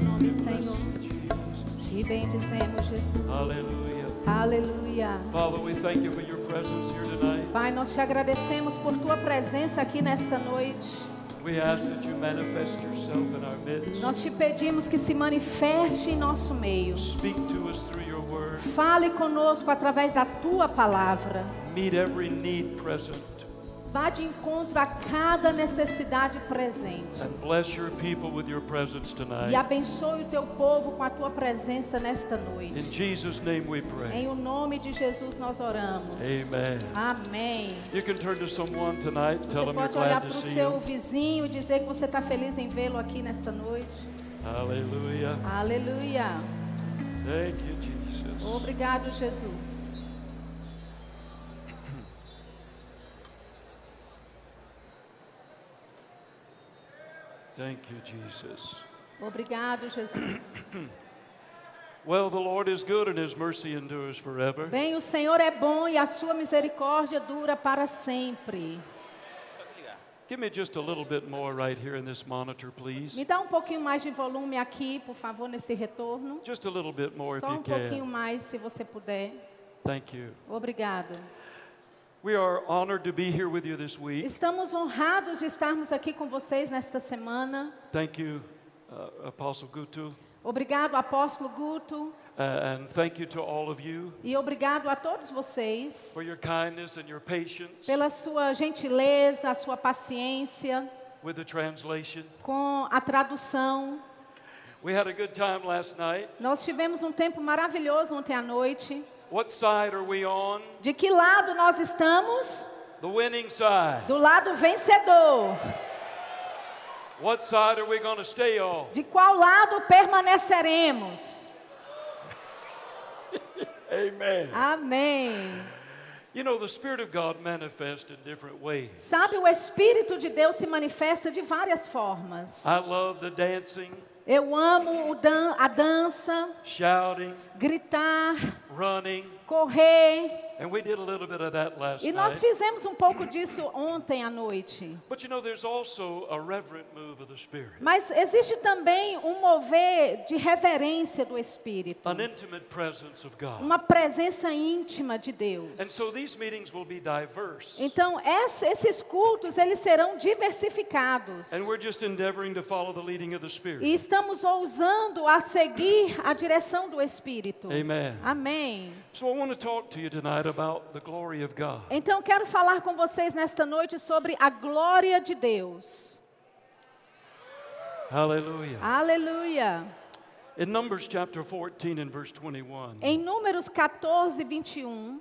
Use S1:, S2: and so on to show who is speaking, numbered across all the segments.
S1: nome, Senhor. Te bendizemos, Jesus.
S2: Hallelujah.
S1: Aleluia.
S2: Father, we thank you for your presence here tonight.
S1: Pai, nós te agradecemos por tua presença aqui nesta noite.
S2: We ask that you manifest yourself in our midst.
S1: Nós te pedimos que se manifeste em nosso meio.
S2: Speak to us through your word.
S1: Fale conosco através da tua palavra.
S2: Meet every need present.
S1: Vá de encontro a cada necessidade presente.
S2: And bless your people with your presence
S1: E
S2: tonight.
S1: abençoe o teu povo com a tua presença nesta noite.
S2: In Jesus' name we pray.
S1: Em o nome de Jesus nós oramos.
S2: Amen.
S1: Amém.
S2: You can turn to someone tonight and tell
S1: Você
S2: them you're
S1: pode olhar
S2: glad
S1: para
S2: to
S1: o
S2: see
S1: seu
S2: you.
S1: vizinho e dizer que você está feliz em vê-lo aqui nesta noite.
S2: Hallelujah.
S1: Aleluia.
S2: Thank you, Jesus.
S1: Obrigado, Jesus.
S2: Thank you, Jesus.
S1: Obrigado, Jesus.
S2: Well, the Lord is good and his mercy endures forever.
S1: Bem, o Senhor é bom e a sua misericórdia dura para sempre.
S2: Give me just a little bit more right here in this monitor, please.
S1: Me dá um pouquinho mais de volume aqui, por favor, nesse retorno.
S2: Just a little bit more if
S1: Só
S2: you
S1: um pouquinho
S2: can.
S1: mais, se você puder.
S2: Thank you.
S1: Obrigado.
S2: We are honored to be here with you this week.
S1: Estamos honrados de estarmos aqui com vocês nesta semana.
S2: Thank you, uh, Apostle Gutu.
S1: Obrigado, apóstolo Guto.
S2: Uh, and thank you to all of you
S1: E obrigado a todos vocês
S2: for your kindness and your patience
S1: pela sua gentileza, a sua paciência
S2: with the translation.
S1: com a tradução.
S2: We had a good time last night.
S1: Nós tivemos um tempo maravilhoso ontem à noite.
S2: What side are we on?
S1: De que lado nós estamos?
S2: The winning side.
S1: Do lado vencedor.
S2: What side are we going to stay on?
S1: De qual lado permaneceremos?
S2: Amen.
S1: Amém.
S2: You know, the Spirit of God manifests in different ways.
S1: Sabe, o Espírito de Deus se manifesta de várias formas.
S2: I love the dancing,
S1: Eu amo o dan a dança,
S2: shouting,
S1: gritar,
S2: running,
S1: correr.
S2: and we did a little bit of that last
S1: E nós
S2: night.
S1: fizemos um pouco disso ontem à noite.
S2: But you know, there's also a reverent move of the Spirit,
S1: Mas existe também um mover de reverência do Espírito,
S2: an intimate presence of God.
S1: uma presença íntima de
S2: And
S1: Deus.
S2: so these meetings will be diverse.
S1: Então, ess- esses cultos, eles serão diversificados.
S2: And we're just endeavoring to follow the leading of the
S1: E
S2: Spirit.
S1: estamos ousando a seguir a direção do Espírito.
S2: Amen.
S1: Amém.
S2: So I want to talk to you tonight about the glory of God.
S1: Então quero falar com vocês nesta noite sobre a glória de Deus.
S2: Hallelujah.
S1: Aleluia.
S2: In Numbers chapter 14 and verse 21,
S1: Em Números 14, 21,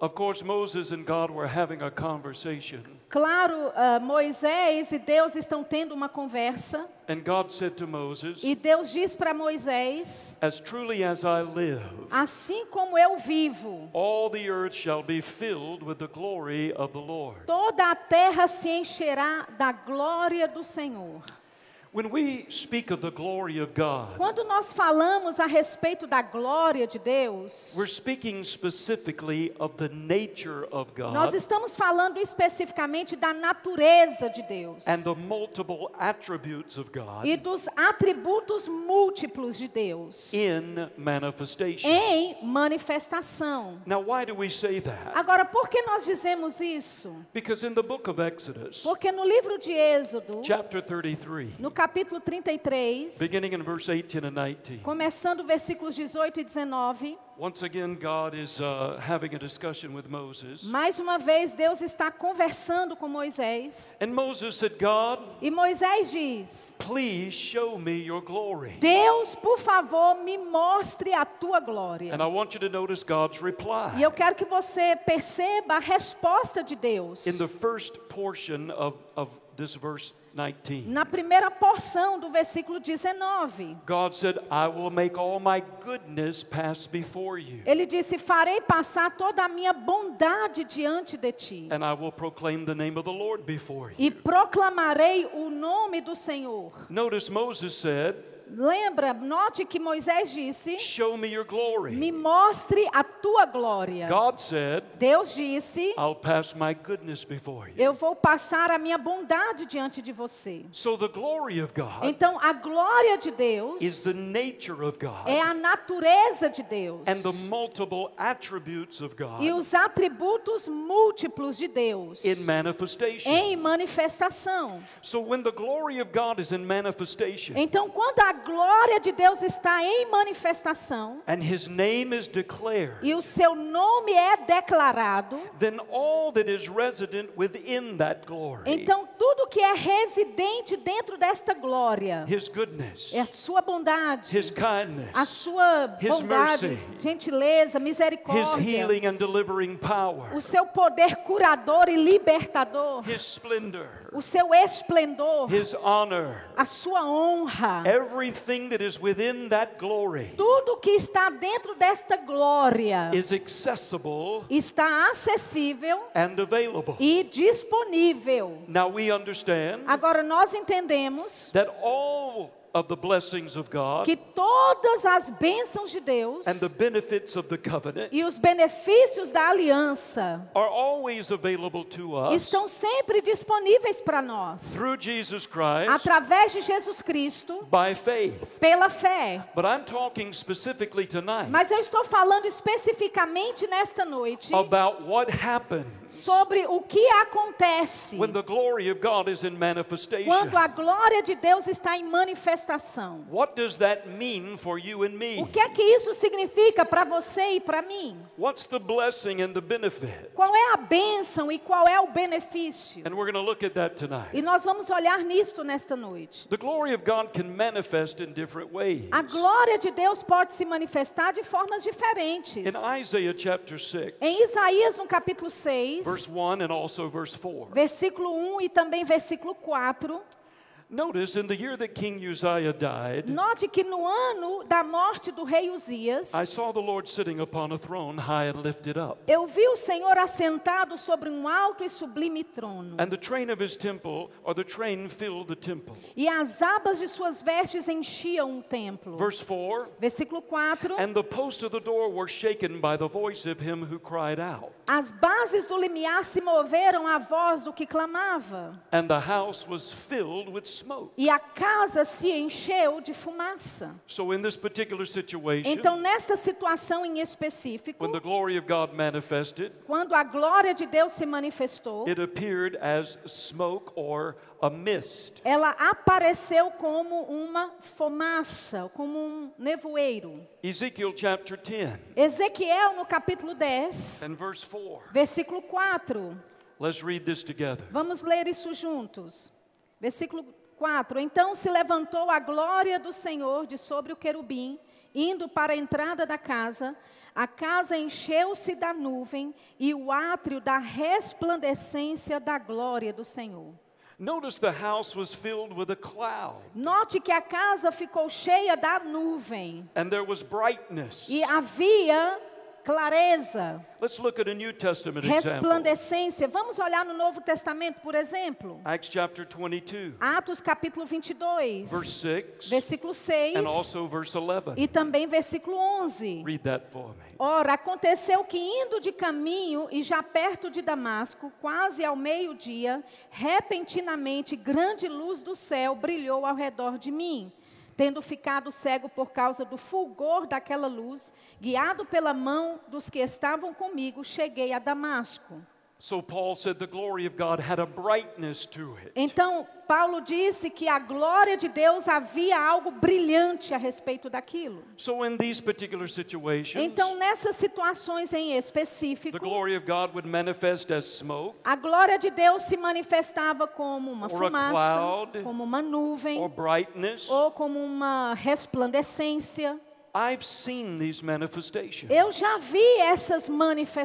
S2: of course, Moses and God were having a conversation.
S1: claro, ah, Moisés e Deus estão tendo uma conversa.
S2: And God said to Moses,
S1: E Deus diz para Moisés:
S2: As truly as I live,
S1: Assim como eu vivo,
S2: all the earth shall be filled with the glory of the Lord.
S1: toda a terra se encherá da glória do Senhor.
S2: When we speak of the glory of God,
S1: Quando nós falamos a respeito da glória de Deus,
S2: we're speaking specifically of the nature of
S1: nós
S2: God
S1: estamos falando especificamente da natureza de Deus
S2: and the multiple attributes of God
S1: e dos atributos múltiplos de Deus
S2: in manifestation.
S1: em manifestação.
S2: Now, why do we say that?
S1: Agora, por que nós dizemos isso?
S2: Because in the book of Exodus,
S1: Porque no livro de Êxodo,
S2: chapter 33,
S1: no capítulo 33,
S2: beginning in verse 18 and 19,
S1: Começando versículos 18 e 19,
S2: once again, God is uh, having a discussion with Moses.
S1: mais uma vez Deus está conversando com Moisés.
S2: And Moses said, God,
S1: E Moisés diz:
S2: please show me your glory.
S1: Deus, por favor, me mostre a tua glória.
S2: And I want you to notice God's
S1: E
S2: reply
S1: eu quero que você perceba a resposta de Deus
S2: in the first portion of, of this verse 19.
S1: na primeira porção do versículo 19.
S2: God said, I will make all my goodness pass before you,
S1: Ele disse: Farei passar toda a minha bondade diante de ti,
S2: and I will proclaim the name of the Lord before you.
S1: e proclamarei o nome do Senhor.
S2: Notice Moses said,
S1: Lembra, note que Moisés disse:
S2: Show me your glory.
S1: Me mostre a tua glória.
S2: God said,
S1: Deus disse:
S2: I'll pass my goodness before you.
S1: Eu vou passar a minha bondade diante de você.
S2: So the glory of God
S1: Então, a glória de Deus
S2: is the nature of
S1: é
S2: God
S1: a natureza de Deus
S2: and the multiple attributes of
S1: e
S2: God
S1: os atributos múltiplos de Deus
S2: in manifestation.
S1: em manifestação.
S2: So when the glory of God is in manifestation
S1: Então, quando a glória de Deus está em manifestação
S2: and his name is declared,
S1: e o seu nome é declarado,
S2: then all that is resident within that glory,
S1: então tudo que é residente dentro desta glória
S2: his goodness,
S1: é a sua bondade,
S2: his
S1: a
S2: kindness,
S1: sua
S2: His
S1: bondade,
S2: mercy.
S1: gentileza,
S2: his
S1: misericórdia,
S2: healing and delivering power,
S1: o seu poder curador e libertador,
S2: his splendor,
S1: o seu esplendor,
S2: his honor,
S1: a sua honra.
S2: everything that is within that glory
S1: Tudo que está dentro desta glória
S2: is accessible
S1: está acessível
S2: and available.
S1: e disponível.
S2: Now we understand
S1: Agora nós entendemos
S2: that all of the blessings of God
S1: que todas as bênçãos de Deus
S2: and the benefits of the covenant
S1: e os benefícios da aliança
S2: are always available to us
S1: estão sempre disponíveis para nós
S2: through Jesus Christ
S1: através de Jesus Cristo
S2: by faith.
S1: pela fé.
S2: But I'm talking specifically tonight
S1: Mas eu estou falando especificamente nesta noite
S2: about what happens
S1: sobre o que acontece
S2: when the glory of God is in manifestation.
S1: quando a glória de Deus está em manifestação.
S2: What does that mean for you and
S1: O
S2: me?
S1: que é que isso significa para você e para mim?
S2: What's the blessing and the benefit?
S1: Qual é a bênção e qual é o benefício?
S2: And we're going to look at that tonight.
S1: E nós vamos olhar nisto nesta noite.
S2: The glory of God can manifest in different ways.
S1: A glória de Deus pode se manifestar de formas diferentes.
S2: In Isaiah chapter 6,
S1: Em Isaías, no capítulo
S2: verse
S1: 6,
S2: 1 and also verse 4.
S1: versículo 1 e também versículo 4,
S2: Notice in the year that King Uzziah died,
S1: note que no ano da morte do rei Uzias,
S2: I saw the Lord sitting upon a throne high and lifted up,
S1: eu vi o Senhor assentado sobre um alto e sublime trono.
S2: and the train of his temple, or the train filled the temple.
S1: E as abas de suas vestes enchiam o templo.
S2: Verse 4
S1: Versículo 4.
S2: And the posts of the door were shaken by the voice of him who cried out,
S1: As bases do limiar se moveram à voz do que clamava,
S2: and the house was filled with smoke.
S1: e a casa se encheu de fumaça.
S2: So, in this particular situation,
S1: Então, nesta situação em específico,
S2: when the glory of God manifested,
S1: quando a glória de Deus se manifestou,
S2: it appeared as smoke or a mist.
S1: ela apareceu como uma fumaça, como um nevoeiro.
S2: Ezekiel chapter 10
S1: Ezequiel, no capítulo 10,
S2: and verse 4.
S1: versículo 4.
S2: Let's read this together.
S1: Vamos ler isso juntos. Versículo 4. Então se levantou a glória do Senhor de sobre o querubim, indo para a entrada da casa. A casa encheu-se da nuvem e o átrio da resplandecência da glória do Senhor.
S2: Notice the house was filled with a cloud,
S1: Note que a casa ficou cheia da nuvem
S2: and there was brightness.
S1: e havia clareza,
S2: Let's look at a New Testament example.
S1: resplandecência. Vamos olhar no Novo Testamento, por exemplo.
S2: Acts chapter 22,
S1: Atos capítulo 22.
S2: verse 6,
S1: versículo 6
S2: and also verse 11.
S1: e também versículo 11.
S2: Read that for me.
S1: Ora, aconteceu que indo de caminho e já perto de Damasco, quase ao meio-dia, repentinamente grande luz do céu brilhou ao redor de mim. Tendo ficado cego por causa do fulgor daquela luz, guiado pela mão dos que estavam comigo, cheguei a Damasco.
S2: So, Paul said the glory of God had a brightness to it.
S1: Então, Paulo disse que a glória de Deus havia algo brilhante a respeito daquilo.
S2: So, in these particular situations,
S1: Então, nessas situações em
S2: the
S1: específico,
S2: glory of God would manifest as smoke,
S1: a glória de Deus se manifestava como uma
S2: Or a
S1: fumaça,
S2: cloud,
S1: como uma nuvem,
S2: or brightness.
S1: ou como uma resplandecência.
S2: I've seen these manifestations.
S1: Eu já vi essas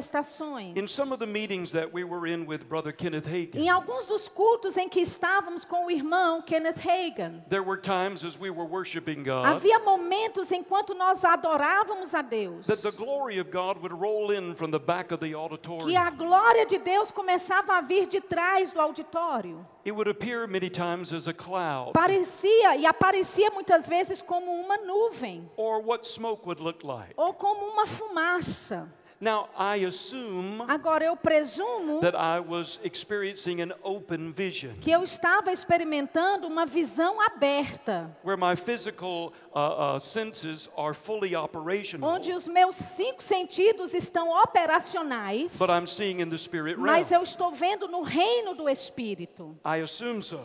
S2: In
S1: manifestações.
S2: some of the meetings that we were in with Brother Kenneth Hagin,
S1: Em alguns dos cultos em que estávamos com o irmão Kenneth Hagan,
S2: there were times as we were worshiping God
S1: havia momentos enquanto nós adorávamos a Deus,
S2: that Uh-huh. the glory of God would roll in from the back of the
S1: que a
S2: auditorium.
S1: glória de Deus começava a vir de trás do auditório.
S2: It It would appear many times as a cloud,
S1: Parecia e aparecia muitas vezes como uma nuvem
S2: or what smoke would look like.
S1: ou como uma fumaça.
S2: Now, I assume
S1: Agora eu presumo
S2: that I was experiencing an open vision
S1: que eu estava experimentando uma visão aberta,
S2: where my physical uh, uh, senses are fully operational,
S1: onde os meus cinco sentidos estão operacionais,
S2: but I'm seeing in the spirit realm.
S1: mas eu estou vendo no reino do espírito.
S2: I assume so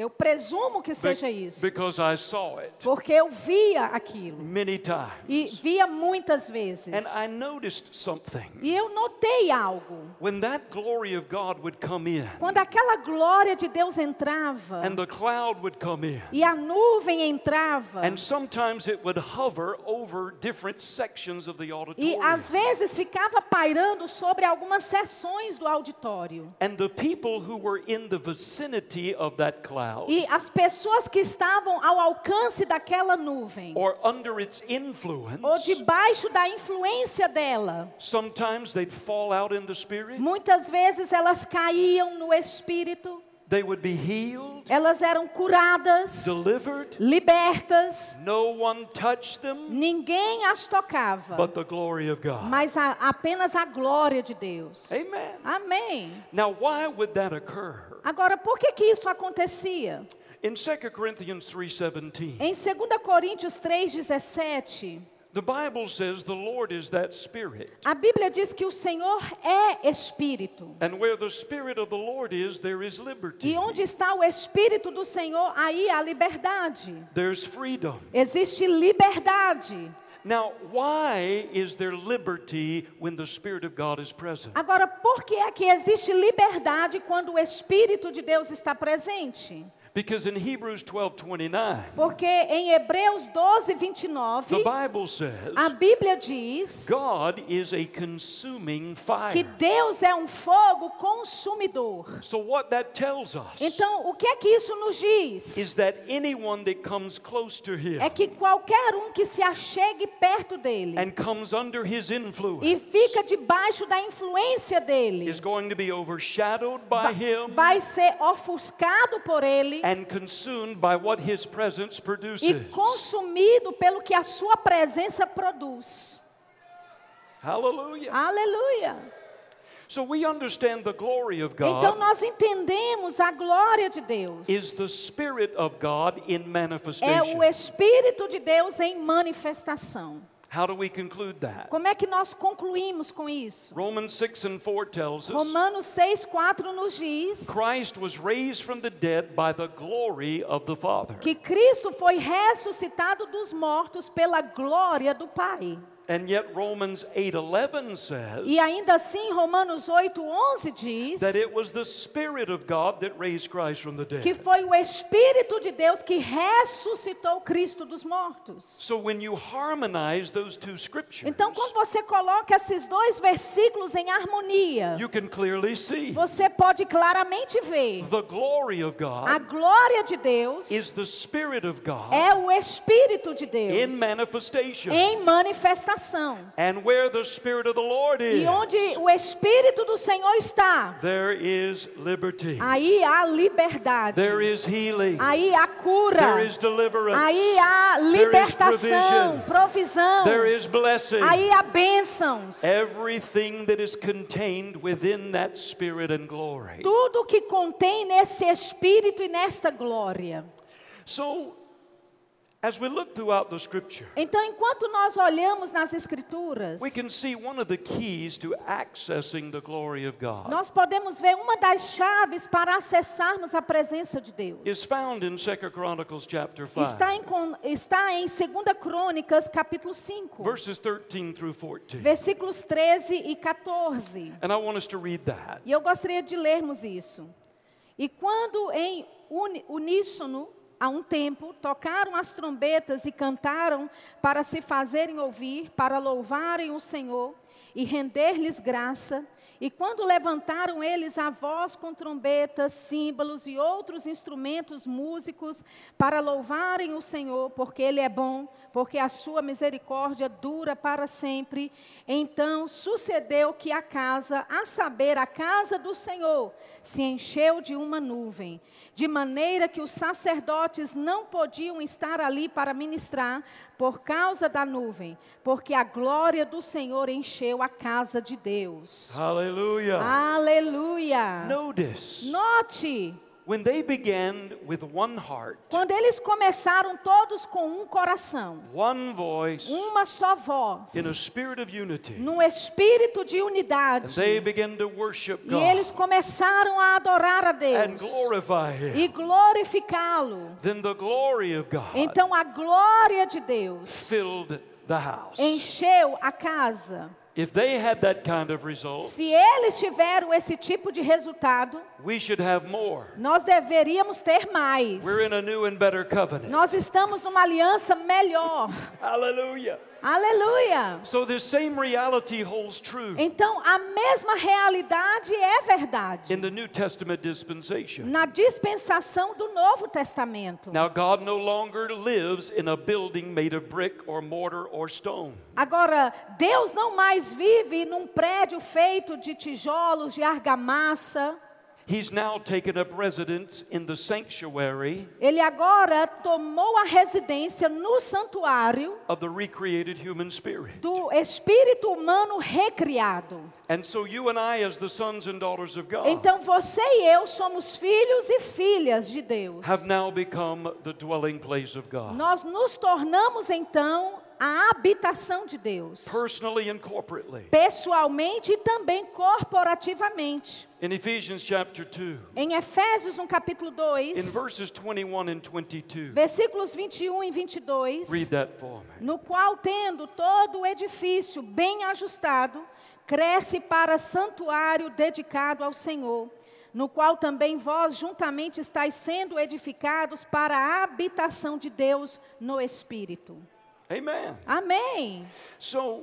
S1: Eu presumo que
S2: be-
S1: seja isso,
S2: because I saw it
S1: porque eu via aquilo
S2: many times.
S1: e via muitas vezes.
S2: And I noticed something.
S1: E eu notei algo.
S2: When that glory of God would come in,
S1: Quando aquela glória de Deus entrava
S2: and the cloud would come in,
S1: e a nuvem entrava
S2: and sometimes it would hover over different sections of the
S1: e
S2: auditorium.
S1: às vezes ficava pairando sobre algumas seções do auditório.
S2: And the people who were in the vicinity of that cloud
S1: E as pessoas que estavam ao alcance daquela nuvem,
S2: or under its
S1: ou
S2: influence,
S1: debaixo da influência dela,
S2: sometimes they'd fall out in the spirit,
S1: muitas vezes elas caíam no espírito,
S2: they would be healed,
S1: elas eram curadas,
S2: delivered.
S1: libertas,
S2: No one touched them
S1: ninguém as tocava,
S2: but the glory of God.
S1: mas a- apenas a glória de Deus.
S2: Amen.
S1: Amém.
S2: Now, why would that occur?
S1: Agora, por que que isso acontecia?
S2: In 2 Corinthians 3:17,
S1: Em 2 Coríntios 3:17,
S2: the Bible says the Lord is that spirit,
S1: a Bíblia diz que o Senhor é espírito.
S2: and where the spirit of the Lord is, there is
S1: E
S2: liberty.
S1: onde está o Espírito do Senhor, aí há liberdade.
S2: There's freedom.
S1: Existe liberdade.
S2: Now, why is there liberty when the spirit of God is present?
S1: Agora, por que é que existe liberdade quando o Espírito de Deus está presente?
S2: Because in Hebrews 12:29,
S1: Porque em Hebreus 12, 29,
S2: the Bible says
S1: a Bíblia diz
S2: God is a consuming
S1: que
S2: fire.
S1: Deus é um fogo consumidor.
S2: So what that tells us
S1: Então, o que é que isso nos diz?
S2: is that anyone that comes close to him
S1: É que qualquer um que se achegue perto dele
S2: and comes under his influence
S1: e fica debaixo da influência dele,
S2: is going to be overshadowed by him
S1: vai ser ofuscado por ele
S2: and consumed by what his presence
S1: e
S2: produces.
S1: consumido pelo que a sua presença produz.
S2: Hallelujah.
S1: Aleluia.
S2: So we understand the glory of
S1: Então
S2: God
S1: nós entendemos a glória de Deus.
S2: is the Spirit of God in
S1: É o
S2: manifestation.
S1: Espírito de Deus em manifestação.
S2: How do we conclude that?
S1: Como é que nós concluímos com isso?
S2: Romans 6 and 4 tells us
S1: Romanos 6, 4 nos diz
S2: Christ was raised from the dead by the glory of the Father.
S1: que Cristo foi ressuscitado dos mortos pela glória do Pai.
S2: And yet Romans 8:11 says
S1: E ainda assim, Romanos 8, 11 diz
S2: that it was the Spirit of God that raised Christ from the
S1: que
S2: dead.
S1: foi o Espírito de Deus que ressuscitou Cristo dos mortos.
S2: So when you harmonize those two scriptures,
S1: Então, quando você coloca esses dois versículos em harmonia,
S2: you can clearly see
S1: você pode claramente ver
S2: the glory of
S1: a
S2: God
S1: glória de Deus
S2: is the Spirit of God
S1: é o Espírito de Deus
S2: in manifestation.
S1: em manifestação.
S2: And where the Spirit of the Lord
S1: E
S2: is,
S1: onde o Espírito do Senhor está,
S2: there is liberty,
S1: aí há liberdade,
S2: there is healing,
S1: aí há
S2: there
S1: cura,
S2: is deliverance,
S1: aí há libertação,
S2: provision.
S1: provisão,
S2: there is blessing.
S1: aí há bênçãos.
S2: Everything that is contained within that Spirit and glory.
S1: tudo que contém nesse espírito e nesta glória.
S2: So, as we look throughout the scripture,
S1: Então, enquanto nós olhamos nas escrituras,
S2: we can see one of the keys to accessing the glory of God
S1: nós podemos ver uma das chaves para acessarmos a presença de Deus.
S2: is found in 2 Chronicles chapter 5,
S1: Está em, con- está em 2 Crônicas, capítulo 5,
S2: verses 13 through 14.
S1: versículos 13 e 14.
S2: And I want us to read that.
S1: E eu gostaria de lermos isso. E quando em uni- uníssono, a um tempo, tocaram as trombetas e cantaram para se fazerem ouvir, para louvarem o Senhor e render-lhes graça, E quando levantaram eles a voz com trombetas, símbolos e outros instrumentos músicos para louvarem o Senhor, porque Ele é bom, porque a sua misericórdia dura para sempre. Então sucedeu que a casa, a saber, a casa do Senhor, se encheu de uma nuvem, de maneira que os sacerdotes não podiam estar ali para ministrar por causa da nuvem, porque a glória do Senhor encheu a casa de Deus. Ah.
S2: Hallelujah.
S1: Aleluia!
S2: Notice
S1: Note,
S2: when they began with one heart,
S1: quando eles começaram todos com um coração,
S2: one voice,
S1: uma só voz,
S2: in a spirit of unity,
S1: num espírito de
S2: and
S1: unidade,
S2: they began to worship
S1: e eles
S2: God
S1: começaram a adorar a
S2: and
S1: Deus
S2: glorify Him,
S1: e glorificá-lo.
S2: then the glory of God
S1: Então a glória de Deus
S2: filled the house.
S1: encheu a casa.
S2: If they had that kind of result,
S1: Se eles tiveram esse tipo de resultado,
S2: we should have more.
S1: nós deveríamos ter mais.
S2: We're in a new and better covenant.
S1: Nós estamos numa aliança melhor.
S2: Hallelujah.
S1: Aleluia!
S2: So this same reality holds true
S1: Então a mesma realidade é verdade
S2: in the New Testament dispensation.
S1: na dispensação do Novo Testamento.
S2: Now, God no longer lives in a building made of brick or mortar or stone.
S1: Agora, Deus não mais vive num prédio feito de tijolos, de argamassa.
S2: He's now taken up residence in the sanctuary
S1: Ele agora tomou a residência no santuário
S2: of the recreated human spirit.
S1: do espírito humano recriado.
S2: And so, you and I, as the sons and daughters of God,
S1: Então você e eu somos filhos e filhas de Deus.
S2: have now become the dwelling place of God,
S1: Nós nos tornamos então a habitação de Deus,
S2: personally and corporately.
S1: pessoalmente e também corporativamente.
S2: In Ephesians chapter 2,
S1: Em Efésios, no capítulo
S2: in
S1: 2,
S2: verses 21 and 22,
S1: versículos 21 e 22,
S2: read that for me.
S1: no qual, tendo todo o edifício bem ajustado, cresce para santuário dedicado ao Senhor, no qual também vós juntamente estáis sendo edificados para a habitação de Deus no Espírito.
S2: Amen.
S1: Amém.
S2: So,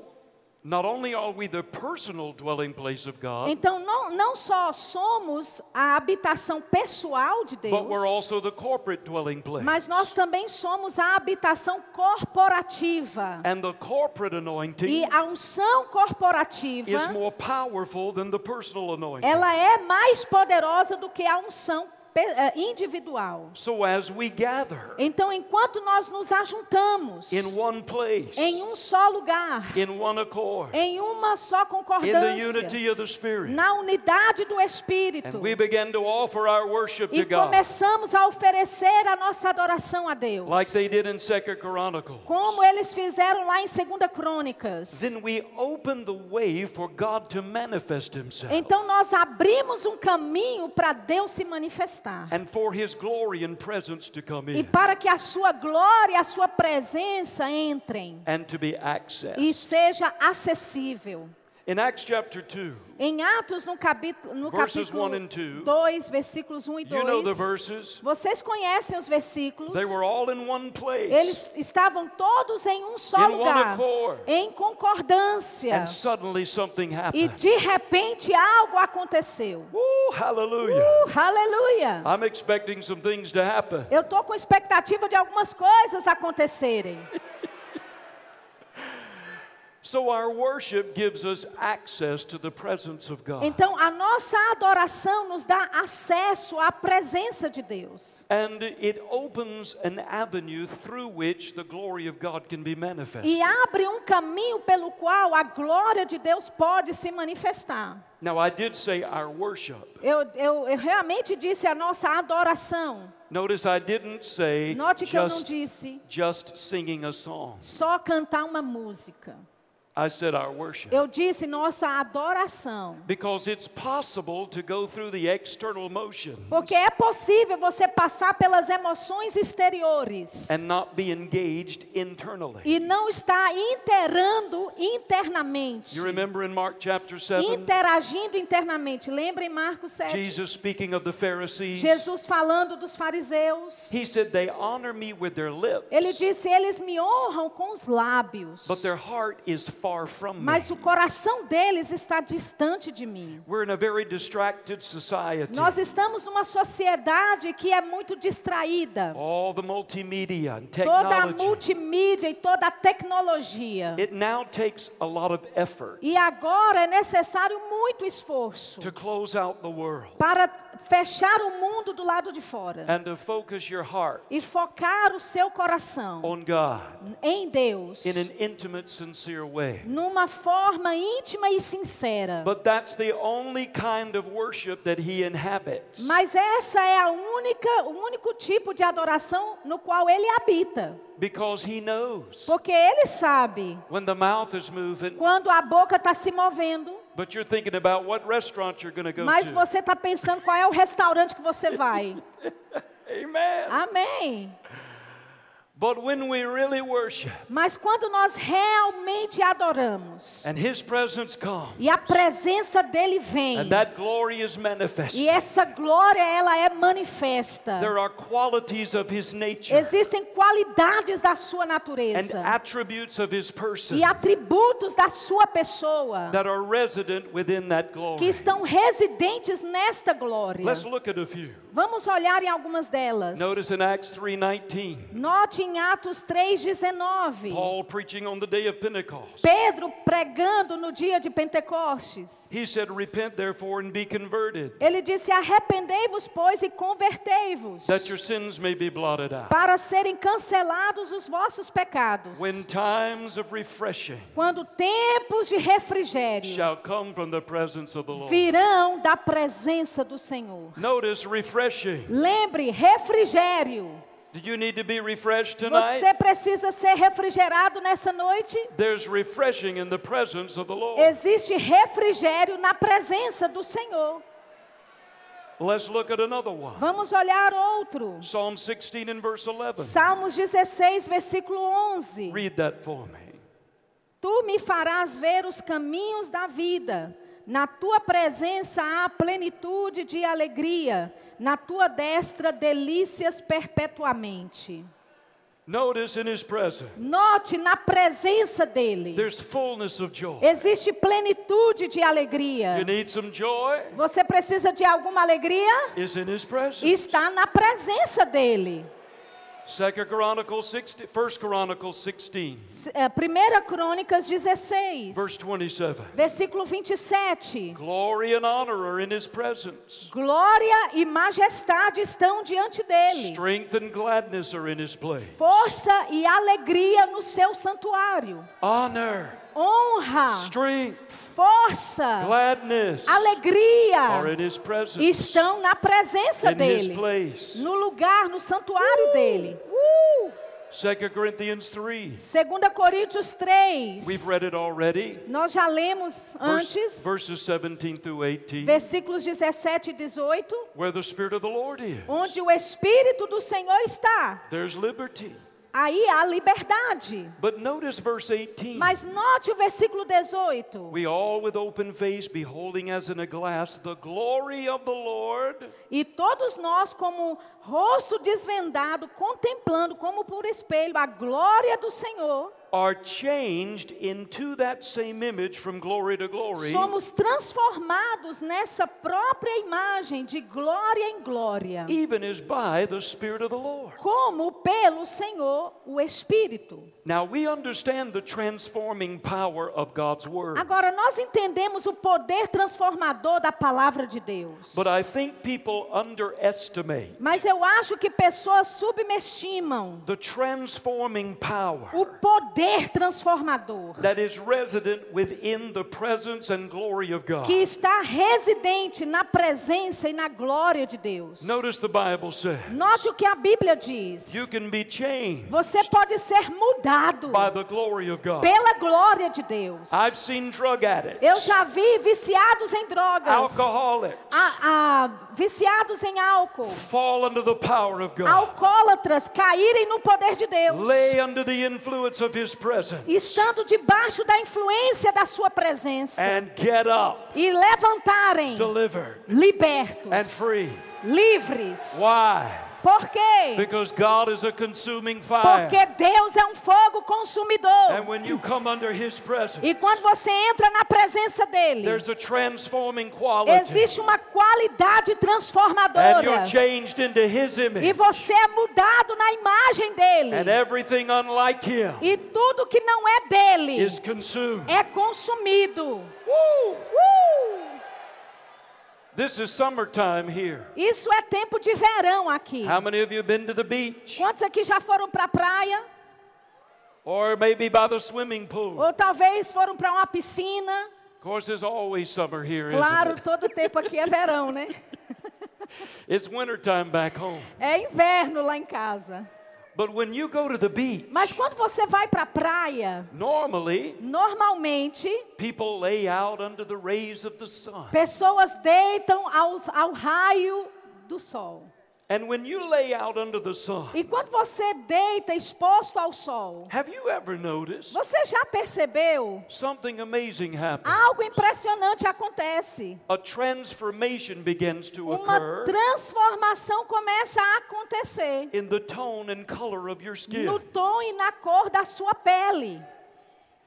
S2: not only are we the personal dwelling place of God,
S1: Então, não, não só somos a habitação pessoal de
S2: but we're
S1: Deus,
S2: also the corporate dwelling place.
S1: mas nós também somos a habitação corporativa.
S2: And the corporate
S1: E
S2: anointing
S1: a unção corporativa,
S2: is more powerful than the personal anointing.
S1: ela é mais poderosa do que a unção pe- eh, individual.
S2: So, as we gather
S1: Então, enquanto nós nos ajuntamos
S2: in one place,
S1: em um só lugar,
S2: in one accord,
S1: em uma só
S2: in the
S1: concordância,
S2: unity of the Spirit,
S1: na unidade do
S2: and
S1: Espírito,
S2: we begin to offer our worship to
S1: e
S2: God
S1: começamos a oferecer a nossa adoração a Deus.
S2: like they did in Second Chronicles.
S1: como eles fizeram lá em 2 Crônicas.
S2: Then we open the way for God to manifest Himself
S1: Então nós abrimos um caminho para Deus se manifestar
S2: and for His glory and presence to come
S1: e
S2: in
S1: para que a sua glória e a sua presença entrem
S2: and to be
S1: e
S2: accessed.
S1: seja acessível.
S2: In Acts chapter 2,
S1: Em Atos, no, capítulo, no
S2: Verses
S1: capítulo
S2: 1 and 2.
S1: 2, versículos 1 e
S2: you know the
S1: 2,
S2: verses.
S1: vocês conhecem os versículos.
S2: They were all in one place.
S1: Eles estavam todos em um só
S2: In one
S1: lugar,
S2: accord.
S1: em concordância.
S2: And suddenly something
S1: E
S2: happened.
S1: de repente algo aconteceu.
S2: Woo, hallelujah.
S1: Uh, aleluia!
S2: I'm expecting some things to happen.
S1: Eu estou com expectativa de algumas coisas acontecerem.
S2: So our worship gives us access to the presence of God.
S1: Então, a nossa adoração nos dá acesso à presença de Deus.
S2: And it opens an avenue through which the glory of God can be manifested.
S1: E abre um caminho pelo qual a glória de Deus pode se manifestar.
S2: Now, I did say our worship.
S1: Eu, eu- eu realmente disse a nossa adoração.
S2: Notice I didn't say
S1: Note que eu não
S2: just,
S1: disse
S2: just singing a song.
S1: só cantar uma música.
S2: I said our worship.
S1: Eu disse nossa adoração.
S2: Because it's possible to go through the external motions
S1: Porque é possível você passar pelas emoções exteriores.
S2: and not be engaged internally.
S1: e não está interando internamente,
S2: You remember in Mark chapter 7,
S1: interagindo internamente. Lembrem Marcos 7,
S2: Jesus speaking of the Pharisees,
S1: Jesus falando dos fariseus.
S2: he said, They honor me with their lips,
S1: Ele disse: Eles me honram com os lábios,
S2: but their heart is far from me.
S1: mas o coração deles está distante de mim.
S2: We're in a very distracted society.
S1: Nós estamos numa sociedade que é muito distraída.
S2: All the multimedia and
S1: Toda a
S2: technology.
S1: multimídia e toda a tecnologia.
S2: It now takes a lot of effort
S1: E agora é necessário muito esforço
S2: to close out the world
S1: para fechar o mundo do lado de fora
S2: and to focus your heart
S1: e focar o seu coração
S2: on God
S1: em Deus
S2: in an intimate, sincere way.
S1: numa forma íntima e sincera.
S2: But that's the only kind of worship that he inhabits.
S1: Mas essa é a única, o único tipo de adoração no qual ele habita,
S2: Because he knows
S1: porque ele sabe
S2: when the mouth is moving,
S1: quando a boca está se movendo,
S2: but you're thinking about what restaurant you're going to go
S1: mas
S2: to.
S1: você está pensando qual é o restaurante que você vai.
S2: Amen.
S1: Amém.
S2: But when we really worship
S1: Mas quando nós realmente adoramos
S2: and his presence comes
S1: e a presença dele vem
S2: and that glory is manifest,
S1: e essa glória ela é manifesta,
S2: there are qualities of his nature
S1: existem qualidades da sua
S2: and
S1: natureza
S2: attributes of his person
S1: e atributos da sua pessoa
S2: that are resident within that
S1: que
S2: glory.
S1: estão residentes nesta glória.
S2: Let's look at a few.
S1: Vamos olhar em algumas delas.
S2: Notice in Acts 3:19,
S1: Note em Atos 3:19,
S2: Paul preaching on the day of Pentecost.
S1: Pedro pregando no dia de Pentecostes.
S2: He said, "Repent therefore and be converted,
S1: Ele disse: Arrependei-vos, pois, e convertei-vos,
S2: that your sins may be blotted out."
S1: para serem cancelados os vossos pecados.
S2: When times of refreshing
S1: Quando tempos de refrigério
S2: shall come from the presence of the Lord.
S1: virão da presença do Senhor.
S2: Notice refreshing.
S1: Lembre, refrigério.
S2: Do you need to be refreshed tonight?
S1: Você precisa ser refrigerado nessa noite?
S2: There's refreshing in the presence of the Lord.
S1: Existe refrigério na presença do Senhor.
S2: Let's look at another one.
S1: Vamos olhar outro.
S2: Psalm 16 and verse 11.
S1: Salmos 16, versículo 11.
S2: Read that for me.
S1: Tu me farás ver os caminhos da vida. Na tua presença há plenitude de alegria. Na tua destra, delícias perpetuamente.
S2: Notice in his presence,
S1: Note na presença dele.
S2: there's fullness of joy.
S1: Existe plenitude de
S2: You
S1: alegria.
S2: need some joy?
S1: Você precisa de alguma alegria?
S2: Is in his presence.
S1: Está na presença dele.
S2: Second Chronicles 16, First Chronicles 16,
S1: S- é, 1 Crônicas 16,
S2: verse 27.
S1: versículo 27.
S2: Glory and honor are in his presence.
S1: Glória e majestade estão diante dele.
S2: Strength and gladness are in his place.
S1: Força e alegria no seu santuário.
S2: Honor,
S1: Honra,
S2: strength,
S1: força,
S2: gladness
S1: Ah.
S2: are
S1: alegria
S2: in his presence.
S1: estão na presença
S2: In his
S1: dele.
S2: place.
S1: No lugar, no santuário dele. Uh!
S2: 2 Corinthians 3.
S1: 2 Coríntios 3.
S2: We've read it already.
S1: Nós já lemos
S2: Verse-
S1: antes,
S2: verses 17 through 18.
S1: versículos 17 e 18,
S2: Where the Spirit of the Lord is,
S1: onde o Espírito do Senhor está.
S2: there's liberty.
S1: Aí há liberdade.
S2: But notice verse 18.
S1: Mas note o versículo 18.
S2: We all with open face beholding as in a glass the glory of the Lord
S1: E todos nós, como rosto desvendado, contemplando como por espelho a glória do Senhor,
S2: are changed into that same image from glory to glory
S1: somos transformados nessa própria imagem de glória em glória,
S2: even as by the Spirit of the Lord.
S1: como pelo Senhor o Espírito.
S2: Now we understand the transforming power of God's Word.
S1: Agora, nós entendemos o poder transformador da palavra de Deus.
S2: But I think people underestimate
S1: Mas eu acho que pessoas subestimam
S2: the transforming
S1: o
S2: power
S1: poder transformador
S2: that is resident within the presence and glory of God.
S1: que está residente na presença e na glória de Deus.
S2: Notice the Bible says
S1: Note o que a Bíblia diz.
S2: you can be changed
S1: Você pode ser mudado
S2: by the glory of God.
S1: pela glória de Deus.
S2: I've seen drug
S1: Eu
S2: addicts,
S1: já vi viciados em drogas,
S2: alcoholics
S1: a- a- viciados em álcool,
S2: fall under the power of God,
S1: alcoólatras caírem no poder de Deus,
S2: lay under the influence of His presence,
S1: estando debaixo da influência da sua presença
S2: and get up,
S1: e levantarem
S2: delivered,
S1: libertos,
S2: and free.
S1: livres.
S2: Why?
S1: Por quê?
S2: Because God is a consuming fire.
S1: Porque Deus é um fogo
S2: And
S1: consumidor.
S2: when you come under His presence,
S1: E quando você entra na presença dele,
S2: there's a transforming quality.
S1: existe uma qualidade
S2: And you're
S1: transformadora.
S2: changed into His
S1: E
S2: image.
S1: você é mudado na imagem dele.
S2: And everything unlike Him
S1: E tudo que não é dele
S2: is consumed.
S1: é consumido.
S2: Woo!
S1: Uh!
S2: This is summertime here.
S1: Isso é tempo de verão aqui.
S2: How many of you have been to the beach?
S1: Quantos aqui já foram para a praia?
S2: Or maybe by the swimming pool?
S1: Ou talvez foram para uma piscina?
S2: Of course, there's always summer here, isn't
S1: Claro,
S2: it?
S1: todo tempo aqui é verão, né?
S2: It's wintertime back home.
S1: É inverno lá em casa.
S2: But when you go to the beach,
S1: Mas quando você vai para a praia,
S2: normally
S1: normalmente
S2: people lay out under the rays of the sun.
S1: pessoas deitam aos- ao raio do sol.
S2: And when you lay out under the sun,
S1: E quando você deita exposto ao sol,
S2: have you ever noticed
S1: você já percebeu?
S2: something amazing happens?
S1: Algo impressionante acontece.
S2: A transformation begins to
S1: Uma
S2: occur
S1: transformação começa a acontecer
S2: in the tone and color of your skin.
S1: no tom e na cor da sua pele.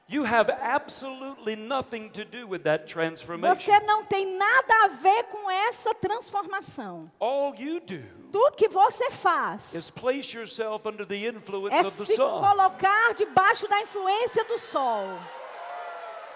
S2: You have absolutely nothing to do with that transformation.
S1: Você não tem nada a ver com essa transformação.
S2: All you do
S1: Tudo que você faz
S2: is place yourself under the influence
S1: é
S2: of the
S1: se
S2: sun.
S1: colocar debaixo da influência do sol.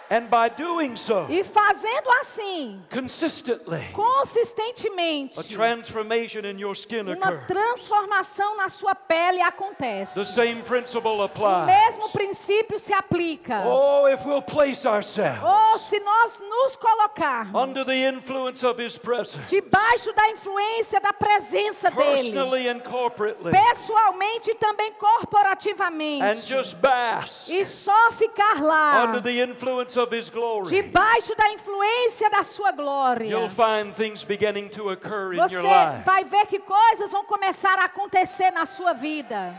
S2: And by doing so,
S1: E fazendo assim,
S2: consistently,
S1: consistentemente,
S2: a transformation in your skin
S1: uma
S2: occurs.
S1: transformação na sua pele
S2: The
S1: acontece.
S2: same principle
S1: O
S2: applies.
S1: mesmo princípio se aplica.
S2: Oh, if we'll place
S1: Ou
S2: ourselves
S1: se nós nos colocarmos
S2: under the influence of His presence,
S1: debaixo da influência da presença dele,
S2: personally and corporately,
S1: pessoalmente e também
S2: and
S1: corporativamente,
S2: just bask
S1: e só ficar
S2: under
S1: lá
S2: the influence of His glory,
S1: debaixo da influência da sua glória,
S2: you'll find things beginning to occur in your
S1: você
S2: life.
S1: vai ver que coisas vão começar a acontecer na sua vida.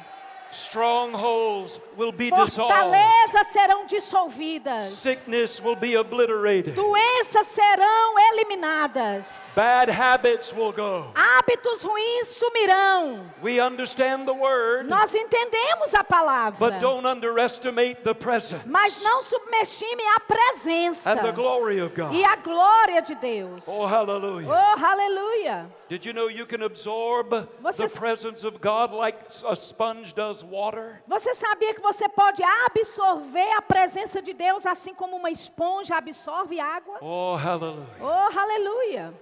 S2: Strongholds will be dissolved,
S1: Fortalezas serão dissolvidas,
S2: sickness will be obliterated,
S1: doenças serão eliminadas,
S2: bad habits will go.
S1: hábitos ruins sumirão.
S2: We understand the word,
S1: Nós entendemos a
S2: but
S1: palavra,
S2: don't underestimate the presence
S1: mas não subestime a presença
S2: and the glory of God.
S1: e a glória de Deus.
S2: Oh,
S1: Oh,
S2: hallelujah.
S1: aleluia!
S2: Did you know you can absorb the
S1: Vocês-
S2: presence of God like a sponge does water?
S1: Você sabia que você pode absorver a presença de Deus assim como uma esponja absorve água?
S2: Oh, hallelujah.
S1: Oh, aleluia!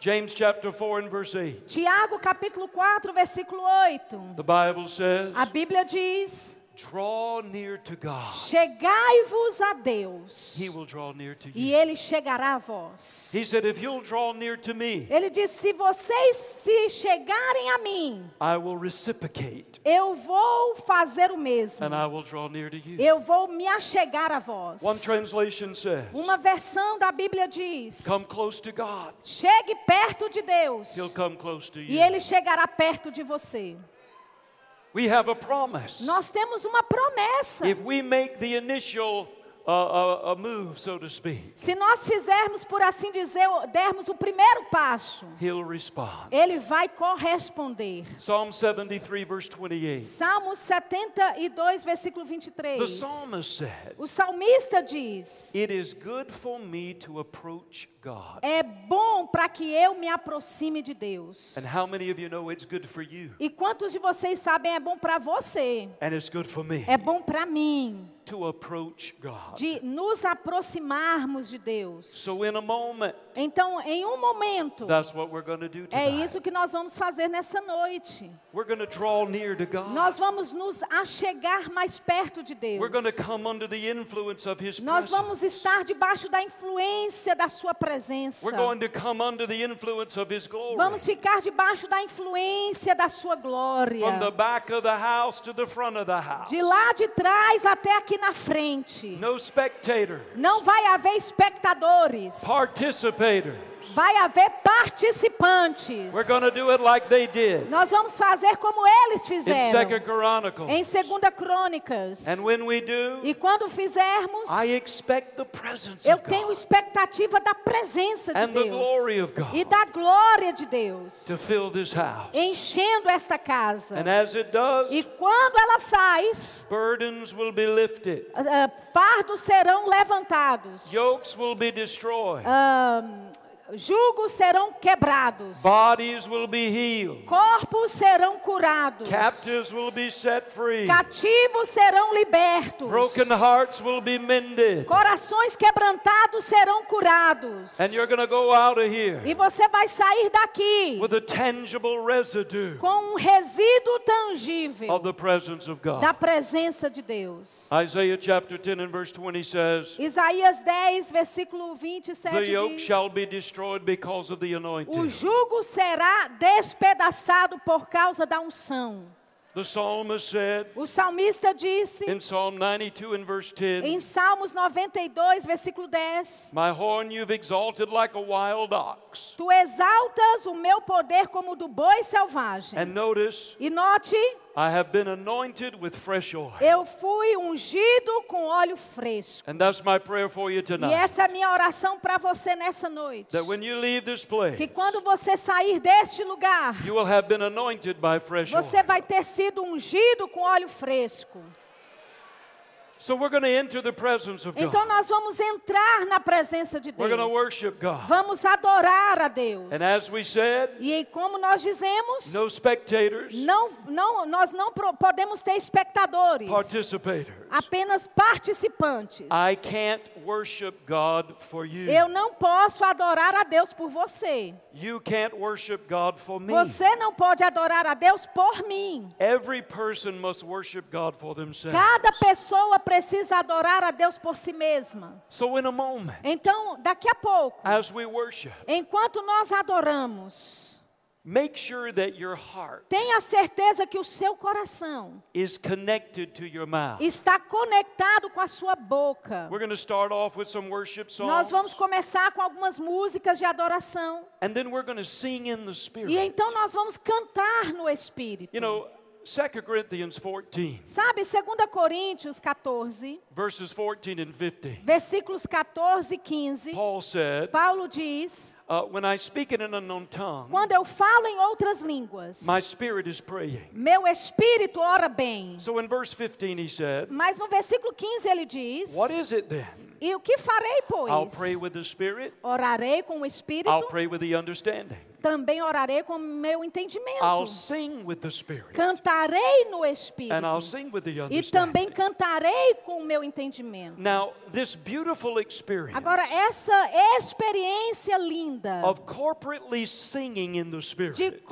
S2: James chapter 4 and verse 8.
S1: Tiago capítulo 4, versículo 8.
S2: The Bible says,
S1: A Bíblia diz:
S2: Draw near to God,
S1: Chegai-vos a Deus,
S2: He will draw near to you.
S1: e ele chegará a vós.
S2: He said, If you'll draw near to me,
S1: Ele diz: Se vocês se chegarem a mim,
S2: I will reciprocate
S1: eu vou fazer o mesmo.
S2: and I will draw near to you.
S1: Eu vou me achegar a vós.
S2: One translation says,
S1: Uma versão da Bíblia diz:
S2: Come close to God,
S1: Chegue perto de Deus,
S2: He'll come close to
S1: e
S2: you.
S1: ele chegará perto de você.
S2: We have a promise.
S1: Nós temos uma promessa.
S2: If we make the initial uh, uh, uh, move, so to speak,
S1: Se nós fizermos, por assim dizer, o- dermos o primeiro passo,
S2: He'll respond.
S1: ele vai corresponder.
S2: Psalm 73, verse 28.
S1: Salmo 72, versículo
S2: The
S1: 23.
S2: psalmist said,
S1: O salmista diz:
S2: It is good for me to approach God.
S1: É bom para que eu me aproxime de Deus.
S2: And how many of you know it's good for you?
S1: E quantos de vocês sabem é bom para você?
S2: And it's good for me
S1: É bom para mim
S2: to approach God.
S1: de nos aproximarmos de Deus.
S2: So, in a moment,
S1: Então, em um momento,
S2: that's what we're going to do
S1: é
S2: tonight.
S1: isso que nós vamos fazer nessa noite.
S2: We're going to draw near to God.
S1: Nós vamos nos achegar mais perto de Deus.
S2: We're going to come under the influence of His
S1: Nós vamos
S2: presence.
S1: estar debaixo da influência da sua presença.
S2: We're going to come under the influence of His glory.
S1: Vamos ficar debaixo da influência da sua glória.
S2: From the back of the house to the front of the house.
S1: De lá de trás até aqui na frente.
S2: No spectator,
S1: Não vai haver espectadores,
S2: participator.
S1: Vai haver participantes.
S2: We're going to do it like they did
S1: Nós vamos fazer como eles
S2: in
S1: fizeram
S2: Second Chronicles.
S1: em 2 Crônicas.
S2: And when we do,
S1: E quando fizermos,
S2: I expect the presence
S1: eu
S2: of
S1: tenho
S2: God
S1: expectativa da presença de
S2: and the
S1: Deus
S2: glory of
S1: e
S2: God
S1: da glória de Deus
S2: to fill this house.
S1: enchendo esta casa.
S2: And as it does,
S1: E quando ela faz,
S2: burdens will be lifted,
S1: ah, fardos serão levantados,
S2: yokes will be destroyed,
S1: ah, julgos serão quebrados,
S2: bodies will be healed,
S1: corpos serão curados,
S2: captives will be set free,
S1: cativos serão libertos,
S2: broken hearts will be mended.
S1: corações quebrantados serão curados.
S2: And you're going to go out of here
S1: E você vai sair daqui
S2: with a tangible residue
S1: com um resíduo tangível
S2: of the presence of
S1: da
S2: God.
S1: presença de Deus.
S2: Isaiah chapter 10 and verse 20 says,
S1: Isaías 10, versículo
S2: The
S1: 27
S2: yoke
S1: diz:
S2: shall be destroyed because of the
S1: O
S2: anointing.
S1: jugo será despedaçado por causa da unção.
S2: The psalmist said
S1: O salmista disse
S2: in Psalm 92 and verse 10,
S1: em Salmos 92, versículo 10:
S2: My horn you've exalted like a wild ox.
S1: Tu exaltas o meu poder como o do boi selvagem.
S2: And notice,
S1: E note,
S2: I have been anointed with fresh oil.
S1: eu fui ungido com óleo fresco.
S2: And that's my prayer for you
S1: E
S2: tonight.
S1: essa é a minha oração para você nessa noite.
S2: That when you leave this
S1: Que
S2: place,
S1: quando você sair deste lugar,
S2: you will have been anointed by fresh oil.
S1: você vai ter sido ungido com óleo fresco.
S2: So we're going to enter the presence of
S1: Então
S2: God.
S1: nós vamos entrar na presença de
S2: We're going to
S1: Deus.
S2: worship God.
S1: Vamos adorar a Deus.
S2: And as we said,
S1: E aí, como nós dizemos,
S2: no spectators,
S1: não, não, nós não pro- podemos ter espectadores,
S2: participators.
S1: apenas participantes.
S2: I can't worship God for you.
S1: Eu não posso adorar a Deus por você.
S2: You can't worship God for me.
S1: Você não pode adorar a Deus por mim.
S2: Every person must worship God for themselves.
S1: Cada pessoa precisa adorar a Deus por si mesma.
S2: So in a moment,
S1: Então, daqui a pouco,
S2: as we worship,
S1: enquanto nós adoramos,
S2: make sure that your heart
S1: tenha certeza que o seu coração
S2: is connected to your mouth.
S1: está conectado com a sua boca.
S2: We're going to start off with some worship
S1: Nós
S2: songs,
S1: vamos começar com algumas músicas de adoração.
S2: and then we're going to sing in the
S1: E
S2: Spirit.
S1: então nós vamos cantar no Espírito.
S2: You know, 2 Corinthians 14,
S1: Sabe, 2 Coríntios 14,
S2: verses 14 and 15,
S1: versículos 14 e 15,
S2: Paul said,
S1: Paulo diz:
S2: uh, When I speak in an unknown tongue,
S1: Quando eu falo em outras línguas,
S2: my spirit is praying.
S1: meu espírito ora bem.
S2: So in verse 15, he said,
S1: Mas no versículo 15 ele diz:
S2: What is it then?
S1: E o que farei,
S2: I'll
S1: pois?
S2: pray with the spirit,
S1: Orarei com o espírito,
S2: I'll pray with the understanding,
S1: também orarei com o meu
S2: I'll
S1: entendimento.
S2: sing with the spirit,
S1: Cantarei no espírito
S2: and I'll sing with the
S1: e também
S2: understanding.
S1: cantarei com o meu entendimento.
S2: Now, this beautiful experience
S1: Agora, essa experiência linda
S2: of corporately singing in the
S1: de
S2: spirit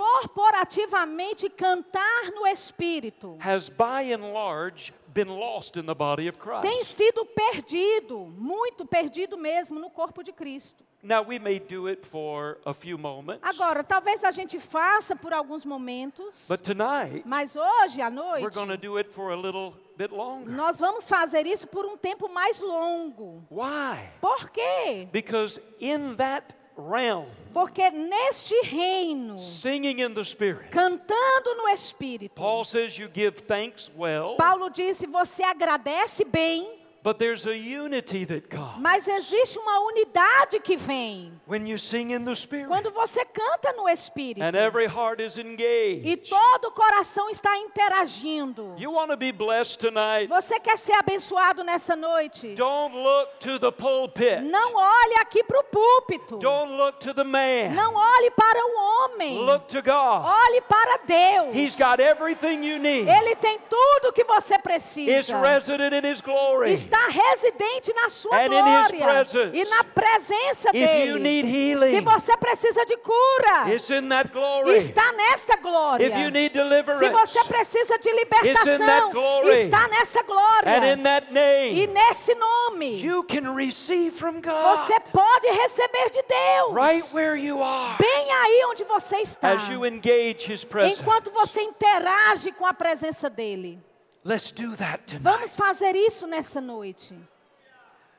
S1: corporativamente cantar no Espírito
S2: has by and large been lost in the body of
S1: tem
S2: Christ.
S1: sido perdido, muito perdido mesmo no corpo de Cristo.
S2: Now, we may do it for a few moments,
S1: Agora, talvez a gente faça por alguns momentos,
S2: but tonight
S1: mas hoje à
S2: we're
S1: noite
S2: going to do it for a little bit longer.
S1: nós vamos fazer isso por um tempo mais longo.
S2: Why?
S1: Por quê?
S2: Because in that realm,
S1: Porque neste reino,
S2: singing in the spirit,
S1: cantando no Espírito,
S2: Paul says you give thanks well,
S1: Paulo disse: você agradece bem,
S2: but there's a unity that comes
S1: mas existe uma unidade que vem.
S2: when you sing in the spirit,
S1: Quando você canta no Espírito
S2: and every heart is
S1: e
S2: engaged.
S1: todo o coração está interagindo,
S2: You want to be blessed tonight.
S1: você quer ser abençoado nessa noite?
S2: Don't look to the pulpit.
S1: Não olhe aqui para o púlpito.
S2: Don't look to the man.
S1: Não olhe para o homem.
S2: Look to God.
S1: Olhe para Deus.
S2: He's got everything you need.
S1: Ele tem tudo que você
S2: It's
S1: precisa.
S2: resident in His glory.
S1: Está residente na sua
S2: And in His
S1: glória
S2: presence.
S1: e na presença
S2: If you
S1: dele.
S2: need
S1: Se
S2: healing,
S1: você precisa de cura,
S2: it's in that glory.
S1: está nesta glória.
S2: If you need
S1: Se
S2: deliverance,
S1: você precisa de
S2: It's in that
S1: libertação,
S2: glory.
S1: está nessa
S2: and in
S1: glória.
S2: that
S1: E
S2: name,
S1: nesse nome,
S2: you can receive from God
S1: você pode receber de Deus.
S2: right where you are
S1: Bem aí onde você está.
S2: as you engage His presence.
S1: Enquanto você interage com a presença dele.
S2: Let's do that tonight.
S1: Vamos fazer isso nessa noite.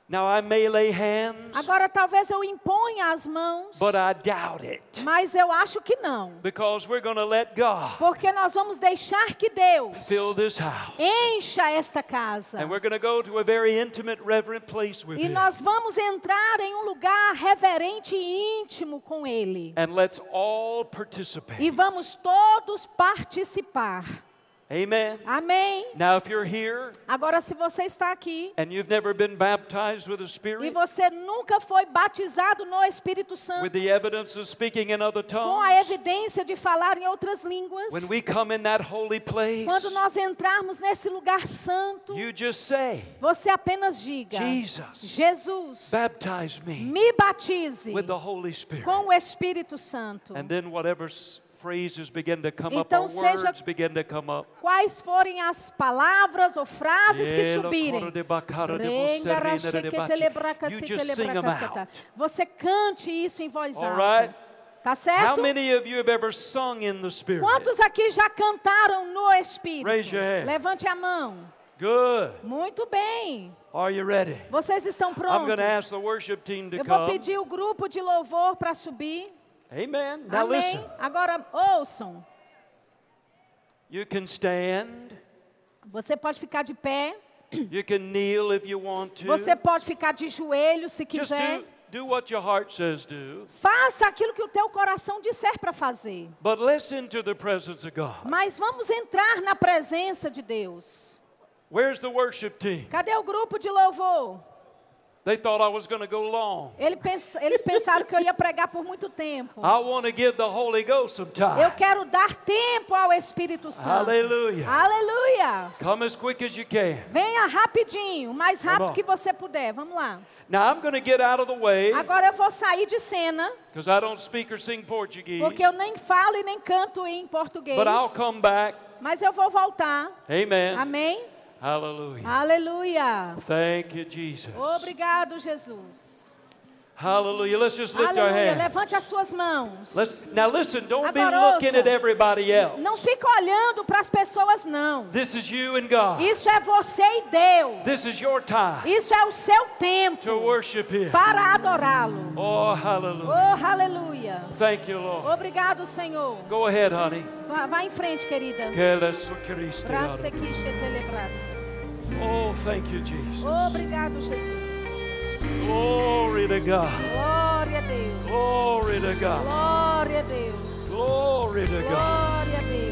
S2: Now I may lay hands,
S1: Agora talvez eu imponha as mãos,
S2: but I doubt it
S1: mas eu acho que não.
S2: because we're going to let God
S1: Porque nós vamos deixar que Deus
S2: fill this house.
S1: encha esta casa.
S2: And we're going to go to a very intimate, reverent place with
S1: E
S2: Him.
S1: nós vamos entrar em um lugar reverente e íntimo com Ele.
S2: And let's
S1: E
S2: all participate.
S1: vamos todos participar.
S2: Amen.
S1: Amém?
S2: Now, if you're here
S1: Agora, se você está aqui
S2: and you've never been baptized with the
S1: e
S2: Spirit,
S1: você nunca foi batizado no Espírito
S2: with
S1: Santo,
S2: the evidence of speaking in other
S1: com a
S2: tongues,
S1: evidência de falar em outras línguas,
S2: when we come in that holy place,
S1: quando nós entrarmos nesse lugar santo,
S2: you just say,
S1: você apenas diga:
S2: Jesus,
S1: Jesus,
S2: baptize me
S1: me batize
S2: with the Holy Spirit.
S1: com o Espírito Santo.
S2: And then whatever s- phrases begin to come up,
S1: Então
S2: or
S1: seja-
S2: words begin to come up.
S1: Quais forem as palavras ou frases que
S2: Elo
S1: subirem?
S2: Eh, coro de bacara de
S1: Renga,
S2: você,
S1: rache,
S2: rena de
S1: que
S2: bate.
S1: telebraca,
S2: You
S1: si,
S2: just sing 'em
S1: telebraca,
S2: out.
S1: tá. Você cante isso em voz
S2: All
S1: alta.
S2: right.
S1: Tá
S2: How
S1: certo?
S2: many of you have ever sung in the Spirit?
S1: Quantos aqui já cantaram no Espírito?
S2: Raise your hand.
S1: Levante a mão.
S2: Good.
S1: Muito bem.
S2: Are you ready?
S1: Vocês estão
S2: I'm going to
S1: prontos?
S2: ask the worship team to
S1: Eu vou
S2: come.
S1: pedir o grupo de louvor para subir.
S2: Amen. Now listen.
S1: Amém. Agora ouçam.
S2: You can stand.
S1: Você pode ficar de pé.
S2: You can kneel if you want to.
S1: Você pode ficar de joelho se
S2: Just
S1: quiser.
S2: do, do what your heart says do.
S1: Faça aquilo que o teu coração disser para fazer.
S2: But listen to the presence of God.
S1: Mas vamos entrar na presença de Deus.
S2: Where's the worship team?
S1: Cadê o grupo de louvor?
S2: They thought I was going to go long.
S1: Ele pens- eles pensaram que eu ia pregar por muito tempo.
S2: I want to give the Holy Ghost some time.
S1: Eu quero dar tempo ao Espírito Santo.
S2: Aleluia.
S1: Aleluia.
S2: Come as quick as you can.
S1: Venha rapidinho, o mais rápido
S2: bom.
S1: que você puder. Vamos lá.
S2: Now I'm going to get out of the way
S1: Agora eu vou sair de cena,
S2: because I don't speak or sing Portuguese.
S1: porque eu nem falo e nem canto em português.
S2: But I'll come back.
S1: Mas eu vou voltar.
S2: Amen.
S1: Amém?
S2: Hallelujah.
S1: Aleluia.
S2: Thank you, Jesus.
S1: Obrigado, Jesus.
S2: Hallelujah. Let's just lift our
S1: Aleluia.
S2: hands.
S1: Levante as suas mãos.
S2: Let's, now listen, don't be
S1: Agora
S2: looking
S1: ouça.
S2: at everybody else.
S1: Não fica olhando para as pessoas, não.
S2: This is you and God.
S1: Isso é você e Deus.
S2: This is your time
S1: Isso é o seu tempo
S2: to worship Him.
S1: para adorá-lo.
S2: Oh, hallelujah.
S1: Oh, aleluia.
S2: Thank you, Lord.
S1: Obrigado, Senhor.
S2: Go ahead, honey.
S1: Vá, vá em frente, querida.
S2: Que la su Cristo
S1: Braça
S2: adore.
S1: aqui, telebraça.
S2: Oh, thank you, Jesus.
S1: Obrigado, Jesus.
S2: Glory to God.
S1: Glória a Deus.
S2: Oh. Glory to God.
S1: Glória a Deus.
S2: Glory to God.
S1: Glória a Deus.